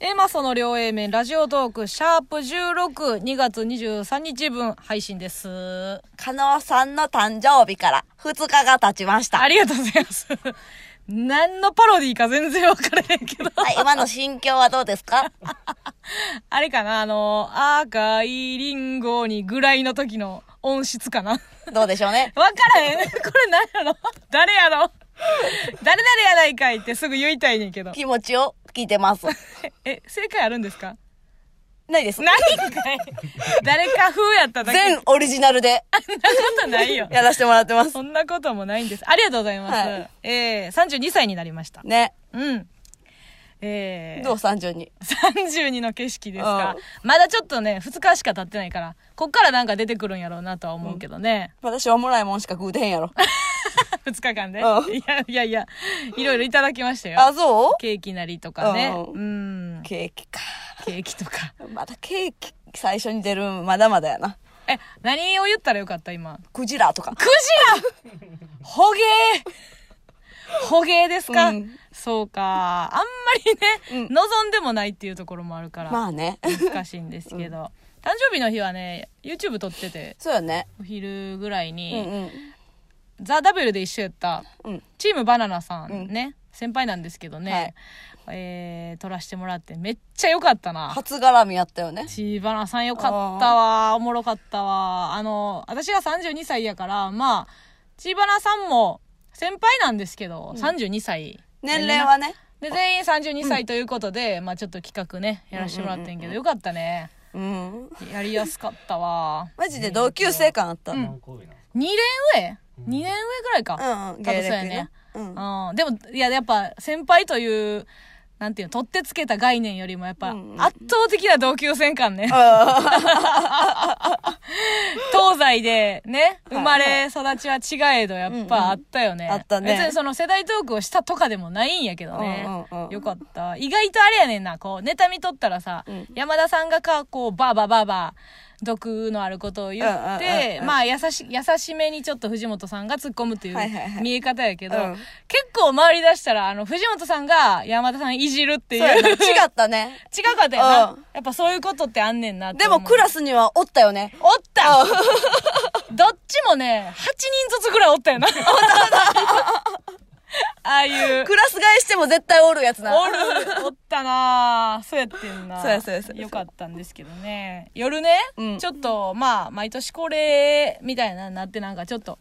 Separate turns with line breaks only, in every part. エマソの両 A 面ラジオトークシャープ16、2月23日分配信です。
加納さんの誕生日から2日が経ちました。
あ
はい、
りがとうございます。 何のパロディーか全然わからへんけど。
今の心境はどうです か
あれかなあの、赤いリンゴにぐらいの時の音質かなわ
どうでしょうね。
からへん。これ何やろ誰やろ 誰々やないかいってすぐ言いたいねんけど。
気持ちを聞いてます。
え、正解あるんですか
ないです。
ないんかい誰か風やっただけ。
全オリジナルで
そんなことないよ。
やらせてもらってま す。
そんなこともないんです。ありがとうございます。
はい
えー、32歳になりました。
ね。
うん。えー、
どう32。
32の景色ですか
う。
まだちょっとね、2日しか経ってないから、こっからなんか出てくるんやろうなとは思うけどね。
私はおもろいもんしか食うてへんやろ。
2日間で。い
うん
やいやいや、いろいろいただきましたよ。
あ、そう
ケーキなりとかね。う。
うんケーキか。
ケーキとか。
まだケーキ最初に出るまだまだやな。
え、何を言ったらよかった今。
クジラとか。
クジラほげーほげーですか、
うん
そうか。あんまりね、
うん
望んでもないっていうところもあるから、
まあね。
難しいんですけど。誕生日の日はね、YouTube 撮ってて、
そうよね。
お昼ぐらいに、
うんうん。
ザ・ダブルで一緒やった、
うん
チームバナナさん
うん
ね、先輩なんですけどね、えー撮らせてもらって、めっちゃ良かったな。
初絡みやったよね。
チーバナさんよかったわ。おもろかったわ。あの、私が32歳やから、まあ、チーバナさんも先輩なんですけど、32歳。
年齢はね。
で、全員32歳ということで、まあちょっと企画ね、やらせてもらってんけど、よかったね。
うん。
やりやすかったわ。
マジで同級生感あった。うん
何神戸なんですか
2年上 ?2 年上ぐらいか。
うん。
多分
芸
そう
歴
や
ね
ね。
うん。
うん。でも、いや、やっぱ先輩という、なんていうの、取ってつけた概念よりも、やっぱ、
うんうん
圧倒的な同級生感ね。
あ
東西でね、
はい
生まれ育ちは違えど、やっぱあったよね。
うんうんあったね
別にその世代トークをしたとかでもないんやけどね。
うんうんうん
よかった。意外とあれやねんな、こう、ネタ見とったらさ、
うん
山田さんがか、こう、ばあばばあば、毒のあることを言っ
うんうんうん
て
う、ん
まあ、優し、優しめにちょっと藤本さんが突っ込むってい
はいはいは
う
い
見え方やけど、
うん
結構回り出したら、あの、藤本さんが山田さんいじるって
そう
い
や
う。
な違
違
ったね。
かったよな。
うん
やっぱそういうことってあんねんなって
で
思う
もクラスにはおったよね。
おったどっちもね、8人ずつぐらいおっ たよな。 ああいう。
クラス替えしても絶対おるやつな。
おる、おったなぁ。そうやってんな。
そうやそうやそうや
よかったんですけどね。夜ね、
うん
ちょっと、まあ、毎年恒例みたいなのになってなんかちょっと、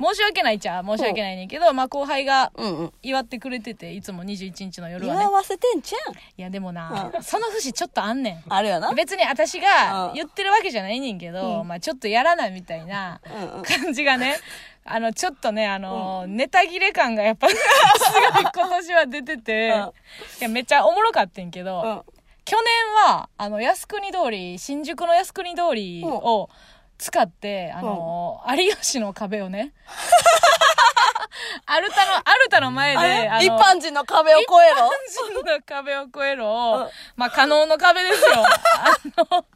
申し訳ないっちゃ申し訳ないねんけど、まあ後輩が
うんうん。
祝ってくれてて、いつも21日の夜は
祝
ね。
わせてんじゃん。
いやでもな、
う
その節ちょっとあんねん。
あるよな。うん
別に私
う
が
ん
言ってるわけじゃないねんけど、まあちょっとやらないみたいな
うん。
感じが ね、あの、ちょっとね、あの、ネタ切れ感がやっぱ、すごい今年は出てて、
うん
いや、めっちゃおもろかってんけど、
うん。
去年は、あの、靖国通り、新宿の靖国通りを使って、あの、有吉の壁をね、 アルタの、アルタの前で、
あれ
あの
一般人の壁を越えろ。
日本人の壁を越えろ
うん
まあ、可能の壁ですよ。あ の、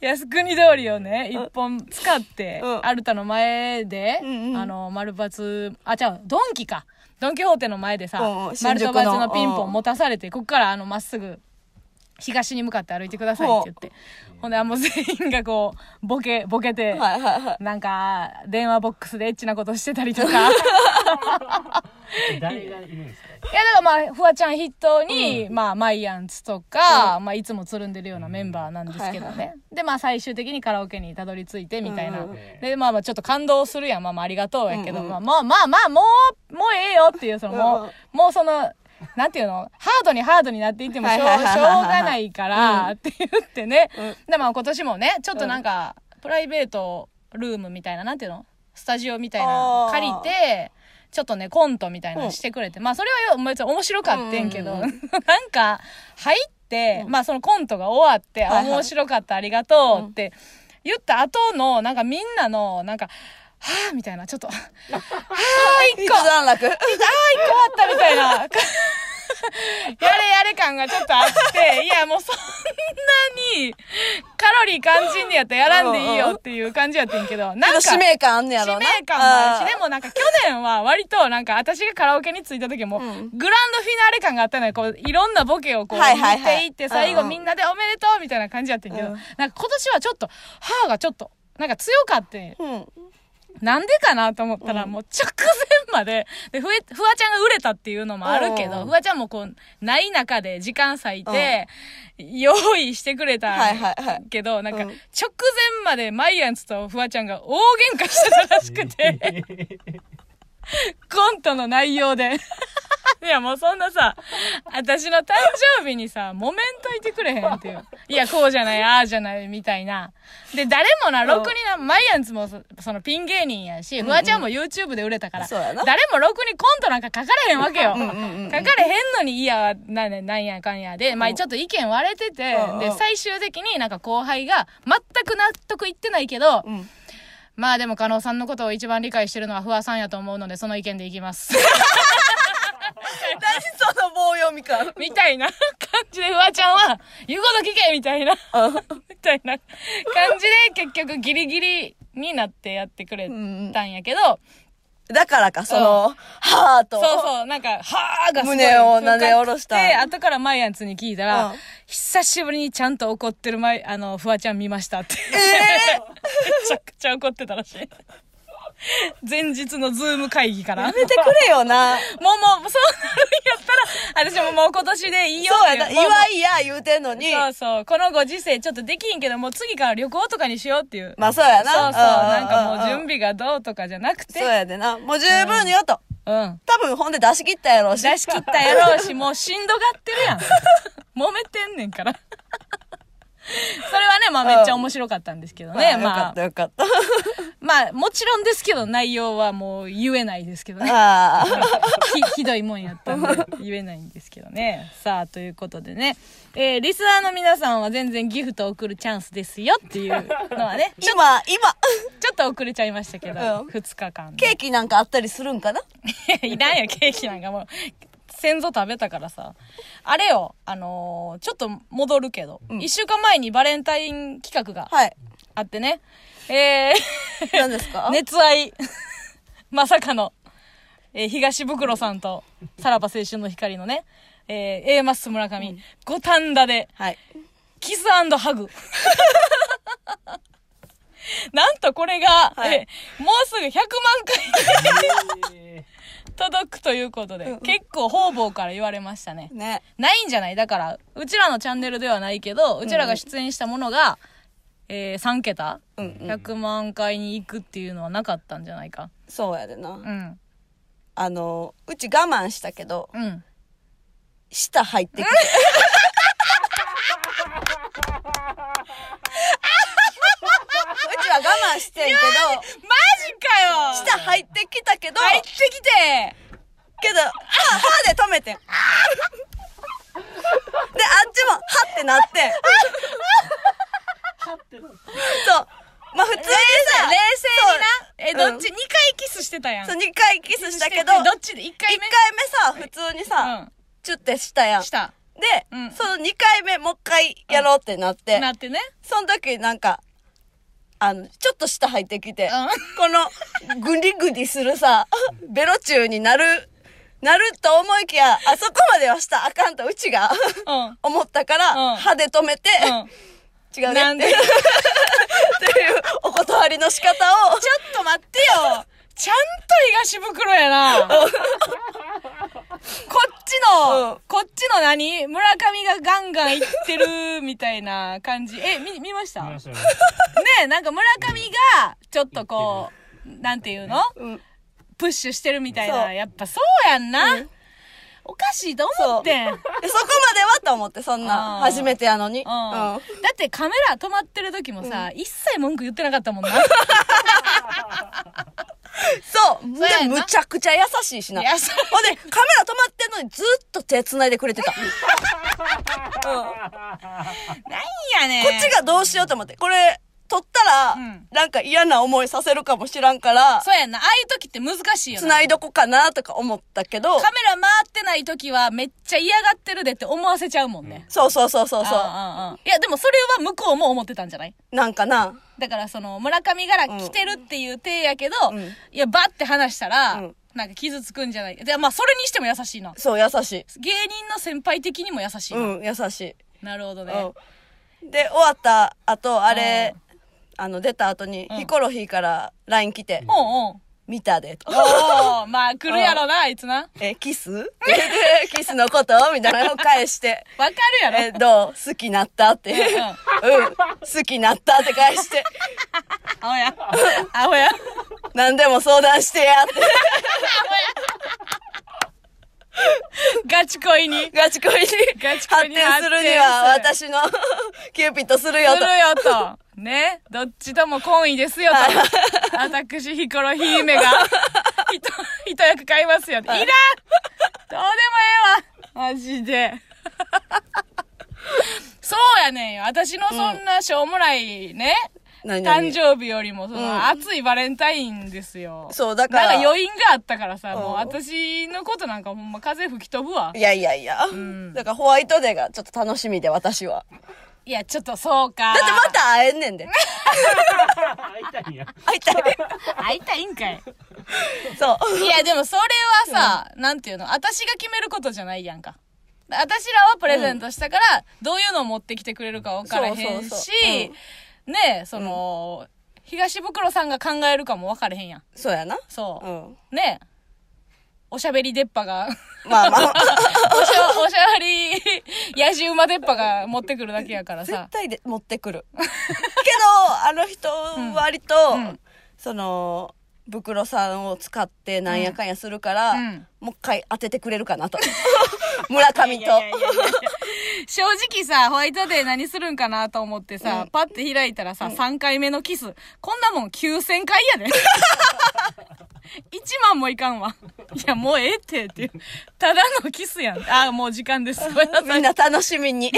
靖国通りをね、一本使って、
うん
アルタの前で、
うんうん
あの、丸バツ、あ、じゃあ、ドンキか。ドンキホーテの前でさ、
うんうん
丸
新宿
と
の
バツのピンポ
う
ン
ん
持たされて、ここからあの、まっすぐ、東に向かって歩いてくださいって言って。ほんで、あもう全員がこう、ボケ、ボケて、
はいはいはい。
なんか、電話ボックスでエッチなことしてたりとか。
誰がいる んですか
いやだからまあフワちゃん筆頭に、まあマイアンツとか、まあいつもつるんでるようなメンバーなんですけどね、
はいはい
でまあ最終的にカラオケにたどり着いてみたいな、
うん
でまあまあちょっと感動するやんまあまあありがとうやけど、
うんうん
まあまあまあまあもうもうええよっていうそのもう,、
うんうん
もうそのなんていうのハードにハードになっていってもしょうしょう
はいはいはいはいはい
がないからって言ってね、
う
でまあ今年もねちょっとなんか、プライベートルームみたいななんていうのスタジオみたいなの
あー
借りてちょっとねコントみたいなのしてくれて、まあそれはよ別に面白かってんけど、
うん
なんか入って、まあそのコントが終わって、
はいはい
あ面白かったありがとうって言った後のなんかみんなのなんかはぁみたい なちょっとはぁ一
一
個
段落。
あー一個終わったみたいな感やれやれ感がちょっとあ って、いやもうそんなにカロリー感じんねやったらやらんでいいよっていう感じやってんけど、なんか、
使命感あんねや
使
ろうな。
命感もあるし、
う
で
ん
もなんか去年は割となんか私がカラオケに着いた時も、
うん
グランドフィナーレ感があったのよ。こう、いろんなボケをこう、
はいはい
見
はい
ていって、
う
最
んう
後
ん
みんなでおめでとうみたいな感じやってんけど、
うん
なんか今年はちょっと、母がちょっと、なんか強かって、
うん。
なんでかなと思ったら、
うん
もう直前まで、で、ふえ、ふわちゃんが売れたっていうのもあるけ
うんうん
ど、
うん
ふわちゃんもこう、ない中で時間割いて、用意してくれた
はいはいはい
けど、なんか、
うん
直前までマイアンツとフワちゃんが大喧嘩してたらしく て、コントの内容で。 いやもうそんなさ、私の誕生日にさ、揉めんといてくれへんっていう。いや、こうじゃない、ああじゃない、みたいな。で、誰もな、
ん
ろくにな、マイアンツもそそのピン芸人やし、フワちゃんも YouTube で売れたから、
そうやな
誰もろくにコントなんか書かれへんわけよ。
うんうんうんうん
書かれへんのに、いや、な、ななんやかんやで、まあちょっと意見割れてて
うんう、ん
で、最終的になんか後輩が全く納得いってないけど、
うん。
まあでも、加納さんのことを一番理解してるのはフワさんやと思うので、その意見でいきます。
何その棒読み感。うん。
みたいな感じで、フワちゃんは、言うこと聞けみたいな、みたいな感じで、結局ギリギリになってやってくれたんやけど、
だからか、その、ハート。
そうそう、なんか、はーがすごい
胸をなで下ろした
で、後からマイアンツに聞いたら、
うん
久しぶりにちゃんと怒ってるマイ、あの、フワちゃん見ましたって。めちゃくちゃ怒ってたらしい。前日のズーム会議から。
やめてくれよな。
もうもう、そうなるんやったら、私ももう今年でいいよ
そう
って
やな。
もう
い
もう
わいや言うてんのに。
そうそう。このご時世ちょっとできんけど、もう次から旅行とかにしようっていう。
まあそうやな
そうそう。
うんうんうん
なんかもう準備がどうとかじゃなくて。
そうやでな。もう十分よと。
うん。
多分本で出し切ったやろうし。
出し切ったやろうし、もうしんどがって るやん。揉めてんねんから。それはね、まあめっちゃ面白かったんですけどね。
うんよか
ま
った
あ、
よかった。
まあもちろんですけど、内容はもう言えないですけ どね。
ああ。
ひひどいもんやったんで言えないんですけどね。さあ、ということでね。えーリスナーの皆さんは全然ギフト送るチャンスですよっていうのはね、
今、今、
ちょっと遅れちゃいましたけど、
うん
2日間で
ケーキなんかあったりするんかな
いらんよケーキなんかもう先祖食べたからさあれよあのーちょっと戻るけど、一1週間前にバレンタイン企画が
はい。
あってねえ
何ですか
ー、熱愛 まさかの、えー東袋さんとさらば青春の光のね、えー、A マッソ村上、五反田で
はい。
キスハグ。 なんとこれが、
はい
えもうすぐ100万回 届くということで、結構方々から言われましたね。
ね。
ないんじゃないだから、うちらのチャンネルではないけど、うちらが出演したものが、えー、3桁
うんうん。
100万回に行くっていうのはなかったんじゃないか。
そうやでな。
うん。
あの、うち我慢したけど、
うん。
舌 入ってきて。うちは我慢してんけど、
マジかよ
舌入ってきたけど、
入ってきて
けど、歯、歯で止めてん。で、あっちも、歯ってなってん。そう。まあ普通にさ、
冷静にな。え、
う
ど
ん
っち ?2 回キスしてたやん。
そう、2回キスしたけど、
しててど
1
っちで ?1 回
回
目
目さ、普通にさ、チュってしたや
うんん。。した。
で、
うん
その2回目、もう一回やろうってなって、
なってね。
その時なんか、あの、ちょっと下入ってきて、
う
この、グリグリするさ、 ベロチューになる、なると思いきや、あそこまではしたらあかんと、うちが
うん。うん。
思ったから、
うん
歯で止めて、違う
な
ね
ん
っ
で
て
ちょっ
いう お断りの仕方を、
と待ってよちゃんと東袋や な。こっちの、
うん
こっちの何村上がガンガンいってるみたいな感じ。え、見、見ましたね え、なんか村上が、ちょっとこう、なんていうの
うん
プッシュしてるみたいな。
そう
やっぱそうやんな。おかしいと思ってん。
でそこまではと思って、そんな、
あー
初めてやのに。
うん
うん
だってカメラ止まってる時もさ、一切文句言ってなかった もんな。
そう。
そうやな
で、むちゃくちゃ優しいしな。
優しい
ほんで、カメラ止まってんのにずっと手繋いでくれてた。うん、こ
なんやねん
っちがどうしようと思って、これ、取ったら、
うん
なんか嫌な思いさせるかもしらんから、
そうやんな。ああいう時って難しいよな。
繋いどこかなとか思ったけど、
カメラ回ってない時はめっちゃ嫌がってるでって思わせちゃうもんね。
そうそうそうそう
あ
そ。
あああいや、でもそれは向こうも思ってたんじゃないう
なんかな、
だからその村上から来てるっていう体やけど、
うん
いや、バッて話したら、
うん
なんか傷つくんじゃない。で、まあそれにしても優しいな。
そう、優し
芸人の先輩的にも優し
い。
いな。
うん、優しい。
なるほどね。
うんで、終わった後、あれ、あの、出た後に、
うん
ヒコロヒーから LINE 来て、
おうおう。
見たで、と
おうまあ来るやろな、あいつな。わ
え、キス って言ってキスのことみたいなのを返して、
かるやろ。
え、どう好きなったって。うん、好きなったって返して、
アホや。アホや。
何でも相談してやって、
ガチ恋に。
ガチ恋に
ガチ
発
恋
展
に
するには、
発展
私の キューピッドするよ
す
と
る。よと。ね。どっちとも懇意ですよと。私、ヒコロヒーメが、ひと、ひと役買いますよと。いらんどうでもええわマジで。そうやねんよ。私のそんなしょうもないね。
何々
誕生日よりも、そ
うん
の、熱いバレンタインですよ。
そう、だか
なん
ら。
か余韻があったからさ、
うん
もう私のことなんかほんま風吹き飛ぶわ。
いやいやいや。
ん
だからホワイトデーがちょっと楽しみで、私は。
いや、ちょっとそうか。
だってまた会えんねん で。
会いたいんや。
会いたい。
会いたいんかい。
そう。
いや、でもそれはさ、なんていうの、私が決めることじゃないやんか。私らはプレゼントしたから、どういうのを持ってきてくれるか分からへんし、
そうそうそう
ねえ、その、東袋さんが考えるかも分からへんやん。
そうやな。
そう
う。ん。
ねえ。おしゃべり出っ歯が、
まあまあ。
おしゃ、おしゃべり、やじ馬出っ歯が持ってくるだけやから
絶
さ。
対で持って くる。けど、あの人、割と、
ん
その、袋さんを使ってなんやかんやするから、
うんうん
もう一回当ててくれるかなと。 村上と。
正直さ、ホワイトデー何するんかなと思ってさ、パッて開いたらさ、3回目のキス。こんなもん9000回やで。1万もいかんわ。いや、もうええって、っていう。ただのキスやん。あー、もう時間です。ごめんなさい
みんな楽しみに。